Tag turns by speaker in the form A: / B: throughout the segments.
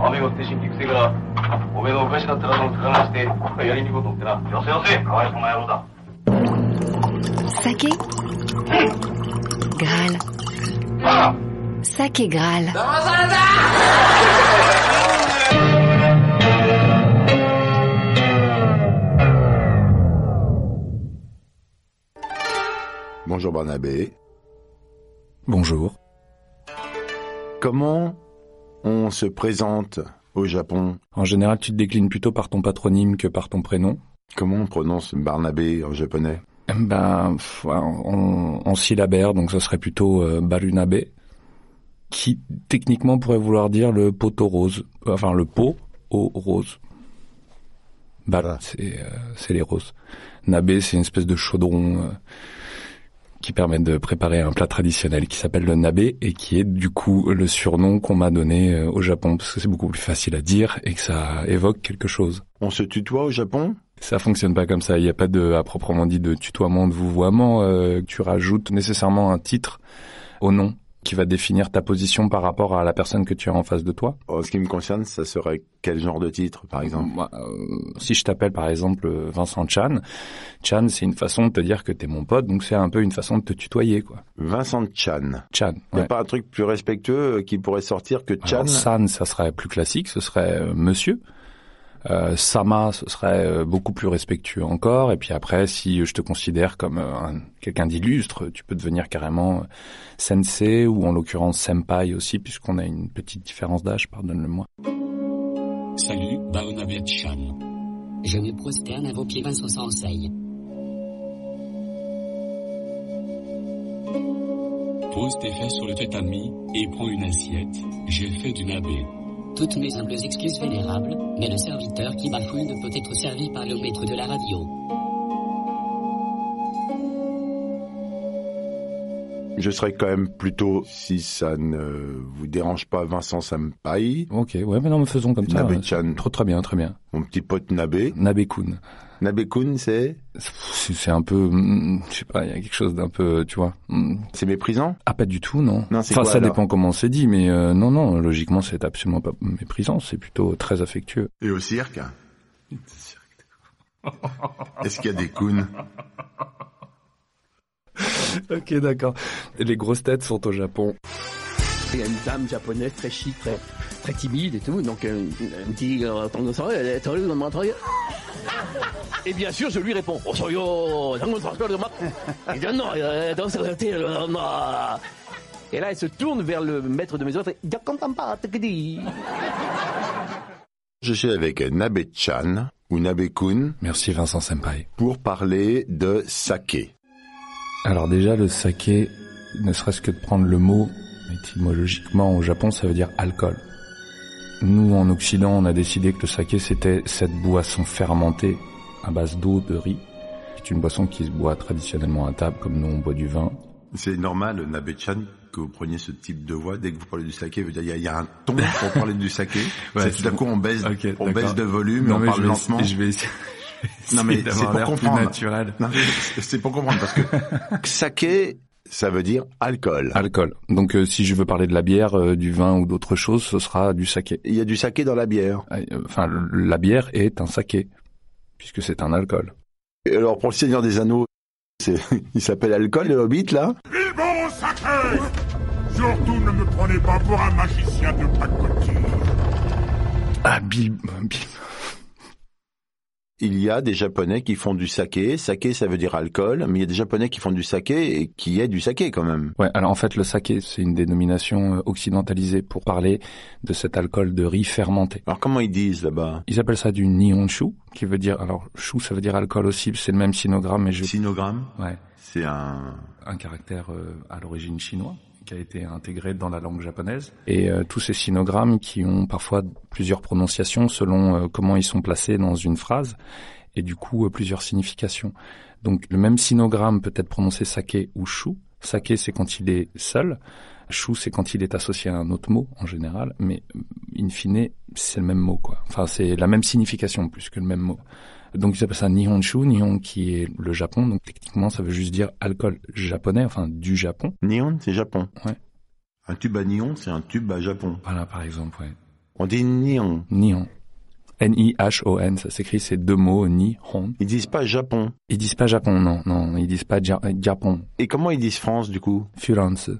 A: Amigos手心聞くせから、おめえのおかしなってなどの手放して、やりに行こうと思ってな。よせよせ、かわいそうな野郎だ。
B: Saké Graal. Saké Graal.
C: Bonjour Barnabé.
D: Bonjour.
C: Comment on se présente au Japon
D: En général, tu te déclines plutôt par ton patronyme que par ton prénom.
C: Comment on prononce Barnabé en japonais
D: Ben, pff, en, en syllabaire, donc ce serait plutôt euh, Barunabe, qui techniquement pourrait vouloir dire le poteau rose, Euh, enfin le pot au rose. Baru,
C: Ah.
D: c'est euh, c'est les roses. Nabe, c'est une espèce de chaudron euh, qui permet de préparer un plat traditionnel qui s'appelle le nabe et qui est du coup le surnom qu'on m'a donné euh, au Japon, parce que c'est beaucoup plus facile à dire et que ça évoque quelque chose.
C: On se tutoie au Japon
D: Ça fonctionne pas comme ça. Il n'y a pas de, à proprement dit, de tutoiement, de vouvoiement. Euh, tu rajoutes nécessairement un titre au nom qui va définir ta position par rapport à la personne que tu as en face de toi.
C: En ce qui me concerne, ça serait quel genre de titre, par exemple
D: Moi, euh, si je t'appelle par exemple euh, Vincent Chan, Chan c'est une façon de te dire que t'es mon pote, donc c'est un peu une façon de te tutoyer quoi.
C: Vincent Chan.
D: Chan.
C: Il n'y
D: ouais.
C: a pas un truc plus respectueux euh, qui pourrait sortir que Chan
D: Alors, San, ça serait plus classique, ce serait euh, Monsieur. Euh, Sama, ce serait euh, beaucoup plus respectueux encore. Et puis après, si je te considère comme euh, un- quelqu'un d'illustre, tu peux devenir carrément euh, sensei ou en l'occurrence senpai aussi, puisqu'on a une petite différence d'âge, pardonne-le-moi.
E: Salut, Baonabe-chan.
F: Je me prosterne à vos pieds, Vincent Sansei.
E: Pose tes fesses sur le tatami et prends une assiette. J'ai fait du nabe.
F: Toutes mes humbles excuses vénérables, mais le serviteur qui bafouille ne peut être servi par le maître de la radio.
C: Je serais quand même plutôt, si ça ne vous dérange pas, Vincent Sampai,
D: Ok, ouais, mais non, mais faisons comme ça. hein.
C: Nabe-chan.
D: Trop, très bien, très bien.
C: mon petit pote Nabé.
D: Nabe-kun.
C: Nabé-kun, c'est
D: C'est c'est un peu, mm, je sais pas, il y a quelque chose d'un peu, tu vois. mm,
C: C'est méprisant
D: Ah, pas du tout, non.
C: Non, c'est
D: enfin,
C: quoi,
D: ça
C: alors
D: dépend comment c'est dit, mais euh, non, non, logiquement, c'est absolument pas méprisant, c'est plutôt très affectueux.
C: Et au cirque Est-ce qu'il y a des kuns
D: ok, d'accord. Les grosses têtes sont au Japon.
G: Il y a une dame japonaise très chic, très, très timide et tout. Donc, euh, elle me dit, euh, et bien sûr, je lui réponds, oh, soy yo, dans mon transport de ma- Il dit, non, euh, dans ce côté, euh, non. Et là, elle se tourne vers le maître de maison et fait, Yakantampa, takedi.
C: Je suis avec Nabe-chan ou Nabe-kun
D: Merci Vincent Senpai.
C: pour parler de saké.
D: Alors déjà, le saké, ne serait-ce que de prendre le mot étymologiquement au Japon, ça veut dire alcool. Nous, en Occident, on a décidé que le saké, c'était cette boisson fermentée à base d'eau, de riz. C'est une boisson qui se boit traditionnellement à table, comme nous, on boit du vin.
C: C'est normal, Nabe-chan, que vous preniez ce type de voix dès que vous parlez du saké. Je veux dire, Il y, a- il y a un ton pour parler du saké.
D: Ouais,
C: C'est tout à
D: c'est-
C: coup, on baisse,
D: Ok,
C: on
D: d'accord.
C: baisse de volume,
D: Non,
C: on
D: mais
C: parle
D: je vais-
C: lentement.
D: Je vais essayer,
C: Non, mais
D: essayer
C: c'est
D: d'avoir
C: pour
D: l'air plus
C: comprendre.
D: naturel.
C: Non, mais C'est pour comprendre parce que saké, ça veut dire alcool.
D: Alcool. Donc euh, si je veux parler de la bière, euh, du vin ou d'autre chose, ce sera du saké.
C: Il y a du saké dans la bière.
D: Euh, Enfin, le- la bière est un saké, puisque c'est un alcool.
C: Et alors pour le Seigneur des Anneaux, c'est, il s'appelle alcool le Hobbit là.
H: Et bon sacré Surtout ne me prenez pas pour un magicien de pacotille.
D: Ah, Bilbo.
C: il y a des Japonais qui font du saké. Saké, ça veut dire alcool, mais il y a des Japonais qui font du saké et qui est du saké quand même.
D: Ouais, alors en fait, le saké, c'est une dénomination euh, occidentalisée pour parler de cet alcool de riz fermenté.
C: Alors comment ils disent là-bas
D: Ils appellent ça du nihonshu, qui veut dire... Alors, chou, ça veut dire alcool aussi, c'est le même sinogramme, mais je...
C: Sinogramme
D: Ouais.
C: C'est un...
D: Un caractère euh, à l'origine chinois qui a été intégré dans la langue japonaise. Et euh, tous ces sinogrammes qui ont parfois plusieurs prononciations selon euh, comment ils sont placés dans une phrase et du coup euh, plusieurs significations. Donc le même sinogramme peut être prononcé saké ou chou. Saké c'est quand il est seul, chou c'est quand il est associé à un autre mot en général, mais euh, in fine c'est le même mot quoi. Enfin c'est la même signification plus que le même mot. Donc ils appellent ça Nihonshu, Nihon qui est le Japon, donc techniquement ça veut juste dire alcool japonais, enfin du Japon.
C: Nihon, c'est Japon.
D: Ouais.
C: Un tube à Nihon, c'est un tube à Japon.
D: Voilà par exemple, ouais.
C: On dit Nihon.
D: Nihon. N-I-H-O-N, ça s'écrit ces deux mots, Nihon.
C: Ils disent pas Japon.
D: Ils disent pas Japon, non, non, ils disent pas Ja- Japon.
C: Et comment ils disent France du coup
D: Furance.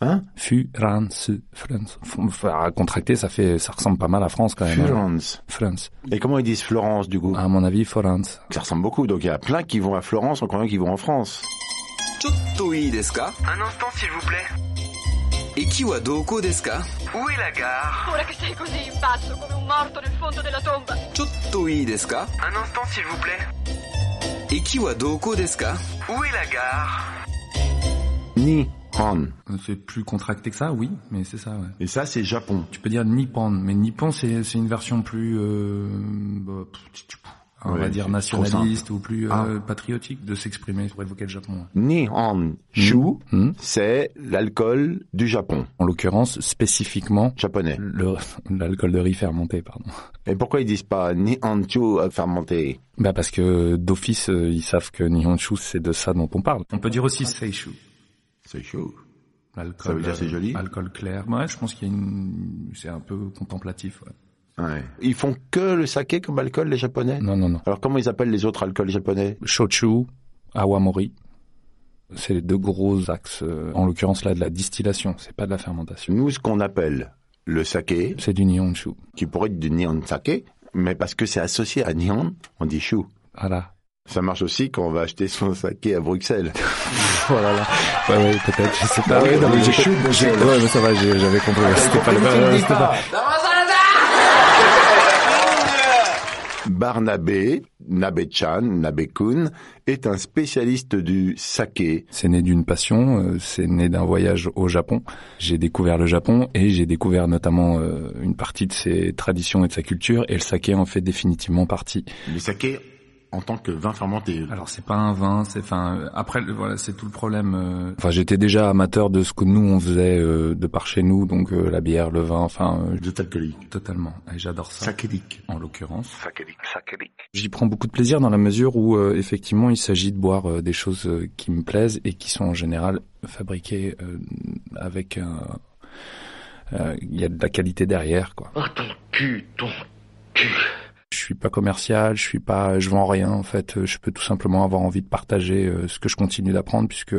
C: Hein
D: Furance. France. F- enfin, contracté, ça fait, ça ressemble pas mal à France quand même. hein.
C: Florence.
D: France.
C: Et comment ils disent Florence du coup
D: À mon avis, Florence.
C: Ça ressemble beaucoup, donc il y a plein qui vont à Florence en croyant qu'ils vont en France.
I: ちょっといいですか
J: Un instant, s'il vous plaît.
I: 駅はどこですか
J: Où est la gare
K: Ora che sei così impazzo come un morto nel fondo della tomba.
I: ちょっといいですか
J: Un instant, s'il vous plaît.
I: 駅はどこですか
J: Où est la gare
C: Nihon.
D: C'est plus contracté que ça, oui, mais c'est ça, ouais.
C: Et ça, c'est Japon.
D: Tu peux dire Nippon, mais Nippon, c'est, c'est une version plus, euh, bah, pff, tch, tch, pff, on
C: Ouais,
D: va dire
C: c'est
D: nationaliste
C: trop
D: ou plus
C: Ah.
D: euh, patriotique de s'exprimer pour évoquer le Japon. hein.
C: Nihon Shu, c'est l'alcool du Japon,
D: En l'occurrence, spécifiquement,
C: japonais.
D: le- l'alcool de riz fermenté, pardon.
C: Et pourquoi ils disent pas Nihon Chu euh, fermenté
D: Bah parce que d'office, euh, ils savent que Nihonshu, c'est de ça dont on parle. On peut dire aussi Seishu.
C: C'est chaud.
D: L'alcool,
C: Ça veut dire
D: euh,
C: c'est joli
D: Alcool clair. Ouais, je pense qu'il y a une... C'est un peu contemplatif. ouais.
C: Ouais. Ils font que le saké comme alcool, les japonais
D: Non, non, non.
C: Alors comment ils appellent les autres alcools japonais
D: Shochu, Awamori. C'est les deux gros axes, euh, en l'occurrence là, de la distillation. C'est pas de la fermentation.
C: Nous, ce qu'on appelle le saké,
D: C'est du Nihonshu.
C: qui pourrait être du Nihon saké, mais parce que c'est associé à Nihon, on dit Shu.
D: Voilà.
C: Ça marche aussi quand on va acheter son saké à Bruxelles.
D: Voilà. Oh là. Ouais, ouais, peut-être, je sais pas.
C: Ah ouais, non, mais j'ai-
D: j'ai- Ouais, mais ça va, j'ai- j'avais compris. C'était pas le c'était pas-
C: Barnabé, Nabé-chan, Nabé-kun, est un spécialiste du saké.
D: C'est né d'une passion, euh, c'est né d'un voyage au Japon. J'ai découvert le Japon et j'ai découvert notamment euh, une partie de ses traditions et de sa culture et le saké en fait définitivement partie.
C: Le saké en tant que vin fermenté.
D: Alors c'est pas un vin, c'est enfin euh, après le- voilà, c'est tout le problème. euh. Enfin, j'étais déjà amateur de ce que nous on faisait euh, de par chez nous, donc euh, la bière, le vin, enfin euh,
C: Vous êtes alcoolique.
D: totalement et j'adore ça.
C: Sakélique.
D: En l'occurrence. J'y prends beaucoup de plaisir dans la mesure où euh, effectivement il s'agit de boire euh, des choses euh, qui me plaisent et qui sont en général fabriquées euh, avec un... euh, Il y a de la qualité derrière quoi.
J: Oh ton cul, ton.
D: Je suis pas commercial, je suis pas, je vends rien en fait. Euh, Je peux tout simplement avoir envie de partager euh, ce que je continue d'apprendre puisque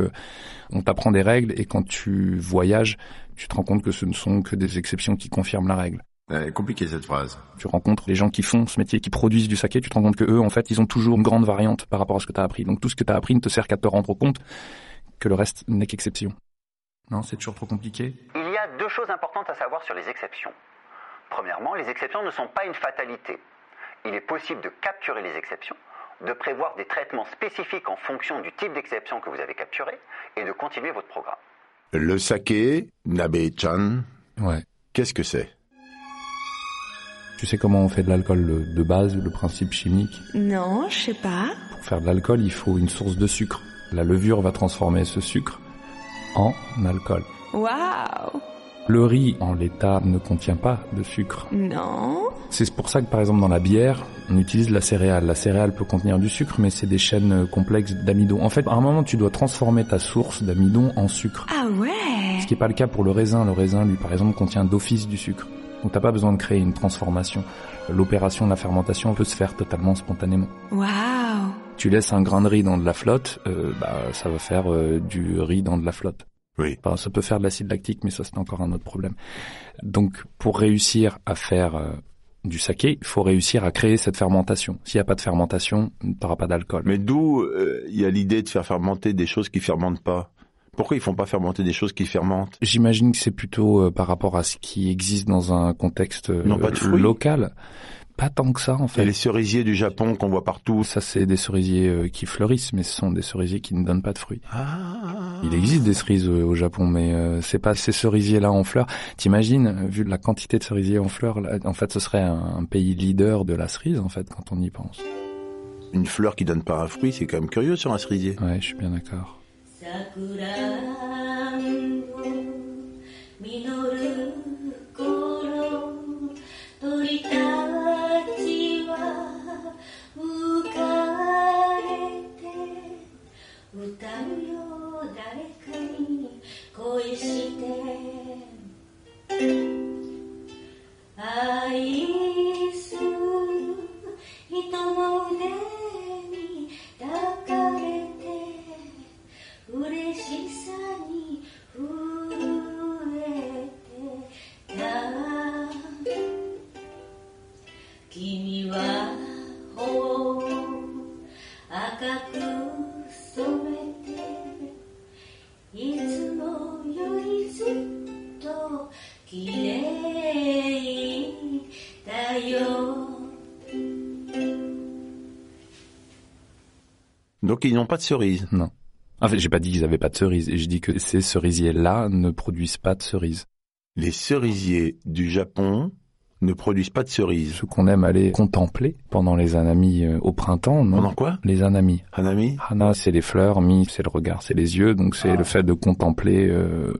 D: on t'apprend des règles et quand tu voyages, tu te rends compte que ce ne sont que des exceptions qui confirment la règle.
C: Euh, compliqué cette phrase.
D: tu rencontres les gens qui font ce métier, qui produisent du saké, tu te rends compte que eux, en fait, ils ont toujours une grande variante par rapport à ce que tu as appris. Donc tout ce que tu as appris ne te sert qu'à te rendre compte que le reste n'est qu'exception. Non, c'est toujours trop compliqué.
L: Il y a deux choses importantes à savoir sur les exceptions. Premièrement, les exceptions ne sont pas une fatalité. Il est possible de capturer les exceptions, de prévoir des traitements spécifiques en fonction du type d'exception que vous avez capturé et de continuer votre programme.
C: Le saké, Nabé-chan,
D: Ouais.
C: qu'est-ce que c'est
D: Tu sais comment on fait de l'alcool le- de base, le principe chimique
B: Non, je sais pas.
D: Pour faire de l'alcool, il faut une source de sucre. La levure va transformer ce sucre en alcool.
B: Waouh.
D: Le riz, en l'état, ne contient pas de sucre.
B: Non.
D: C'est pour ça que par exemple dans la bière, on utilise la céréale. La céréale peut contenir du sucre, mais c'est des chaînes euh, complexes d'amidon. En fait, à un moment, tu dois transformer ta source d'amidon en sucre.
B: Ah ouais.
D: Ce qui n'est pas le cas pour le raisin. Le raisin, lui, par exemple, contient d'office du sucre. Donc t'as pas besoin de créer une transformation. L'opération de la fermentation peut se faire totalement spontanément.
B: Waouh.
D: Tu laisses un grain de riz dans de la flotte, euh, bah, ça va faire euh, du riz dans de la flotte.
C: Oui.
D: Enfin, ça peut faire de l'acide lactique, mais ça c'est encore un autre problème. Donc, pour réussir à faire euh, du saké, il faut réussir à créer cette fermentation. S'il n'y a pas de fermentation, t'auras pas d'alcool.
C: Mais d'où euh, il y a l'idée de faire fermenter des choses qui fermentent pas Pourquoi ils font pas fermenter des choses qui fermentent
D: J'imagine que c'est plutôt euh, par rapport à ce qui existe dans un contexte euh,
C: Non, pas de fruits.
D: local. Pas tant que ça, en fait.
C: Et les cerisiers du Japon qu'on voit partout.
D: Ça, c'est des cerisiers euh, qui fleurissent, mais ce sont des cerisiers qui ne donnent pas de fruits. Il existe des cerises euh, au Japon, mais euh, c'est pas ces cerisiers-là en fleurs. T'imagines, euh, vu la quantité de cerisiers en fleurs, là, en fait, ce serait un, un pays leader de la cerise, en fait, quand on y pense.
C: Une fleur qui donne pas un fruit, c'est quand même curieux sur un cerisier.
D: Ouais, je suis bien d'accord.
C: Donc ils n'ont pas de cerises.
D: Non. En fait, j'ai pas dit qu'ils avaient pas de cerises. J'ai dit que ces cerisiers-là ne produisent pas de cerises.
C: Les cerisiers du Japon ne produisent pas de cerises.
D: Ce qu'on aime aller contempler pendant les anamis euh, au printemps, non
C: Pendant quoi
D: Les anamis.
C: Mmh. Hanami
D: Hana, c'est les fleurs, mi, c'est le regard, c'est les yeux, donc c'est le fait de contempler, euh,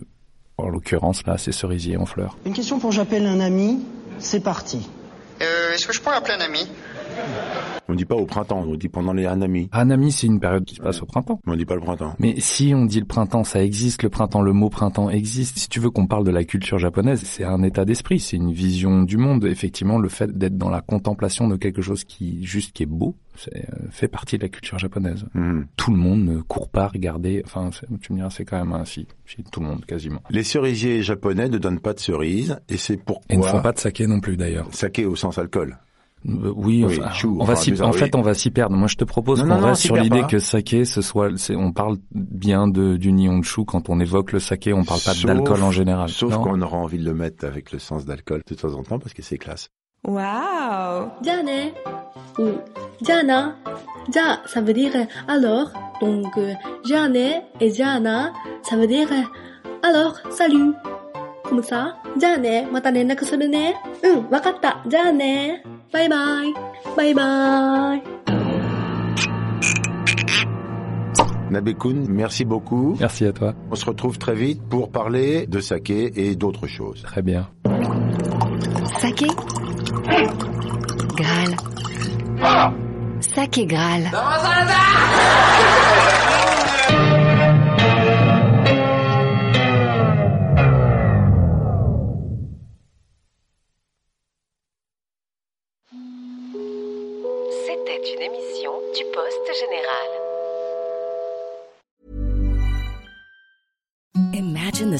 D: en l'occurrence là, ces cerisiers en fleurs.
M: Une question pour j'appelle un ami, c'est parti.
J: Euh, est-ce que je pourrais appeler un ami
C: On dit pas au printemps, on dit pendant les Hanami.
D: Hanami, c'est une période qui se passe au printemps.
C: Mais on dit pas le printemps.
D: Mais si on dit le printemps, ça existe, le printemps, le mot printemps existe. Si tu veux qu'on parle de la culture japonaise, c'est un état d'esprit, c'est une vision du monde. Effectivement, le fait d'être dans la contemplation de quelque chose qui, juste, qui est beau, c'est, euh, fait partie de la culture japonaise.
C: Hmm.
D: Tout le monde ne court pas regarder, enfin, c'est- tu me diras, c'est quand même un si, chez tout le monde, quasiment.
C: Les cerisiers japonais ne donnent pas de cerises et c'est pourquoi
D: Et ne font pas de saké non plus, d'ailleurs.
C: saké au sens alcool.
D: Euh, oui,
C: Oui,
D: enfin,
C: chou,
D: on va
C: enfin,
D: s'y-
C: mais ça,
D: en
C: oui.
D: fait, on va s'y perdre. Moi, je te propose
C: Non,
D: qu'on
C: non, non,
D: reste
C: s'y
D: sur
C: perd
D: l'idée
C: pas.
D: que saké, ce soit, c'est, on parle bien de, du nihonshu quand on évoque le saké, on parle pas
C: Sauf-
D: d'alcool en général.
C: Sauf
D: Non.
C: qu'on aura envie de le mettre avec le sens d'alcool de temps en temps parce que c'est classe.
B: Wow.
N: Jane ou Jana. Ja, ça veut dire euh, alors. Donc, euh, Jane et Jana, ça veut dire euh, alors, salut. Comme ça, Jane, matane nakusuru ne. Um, wakata, Jane. Bye bye. Bye bye.
C: Nabekun, merci beaucoup.
D: Merci à toi.
C: On se retrouve très vite pour parler de saké et d'autres choses.
D: Très bien.
O: Saké Graal. Saké Graal.
P: C'était une émission du Poste Général.
Q: Imagine the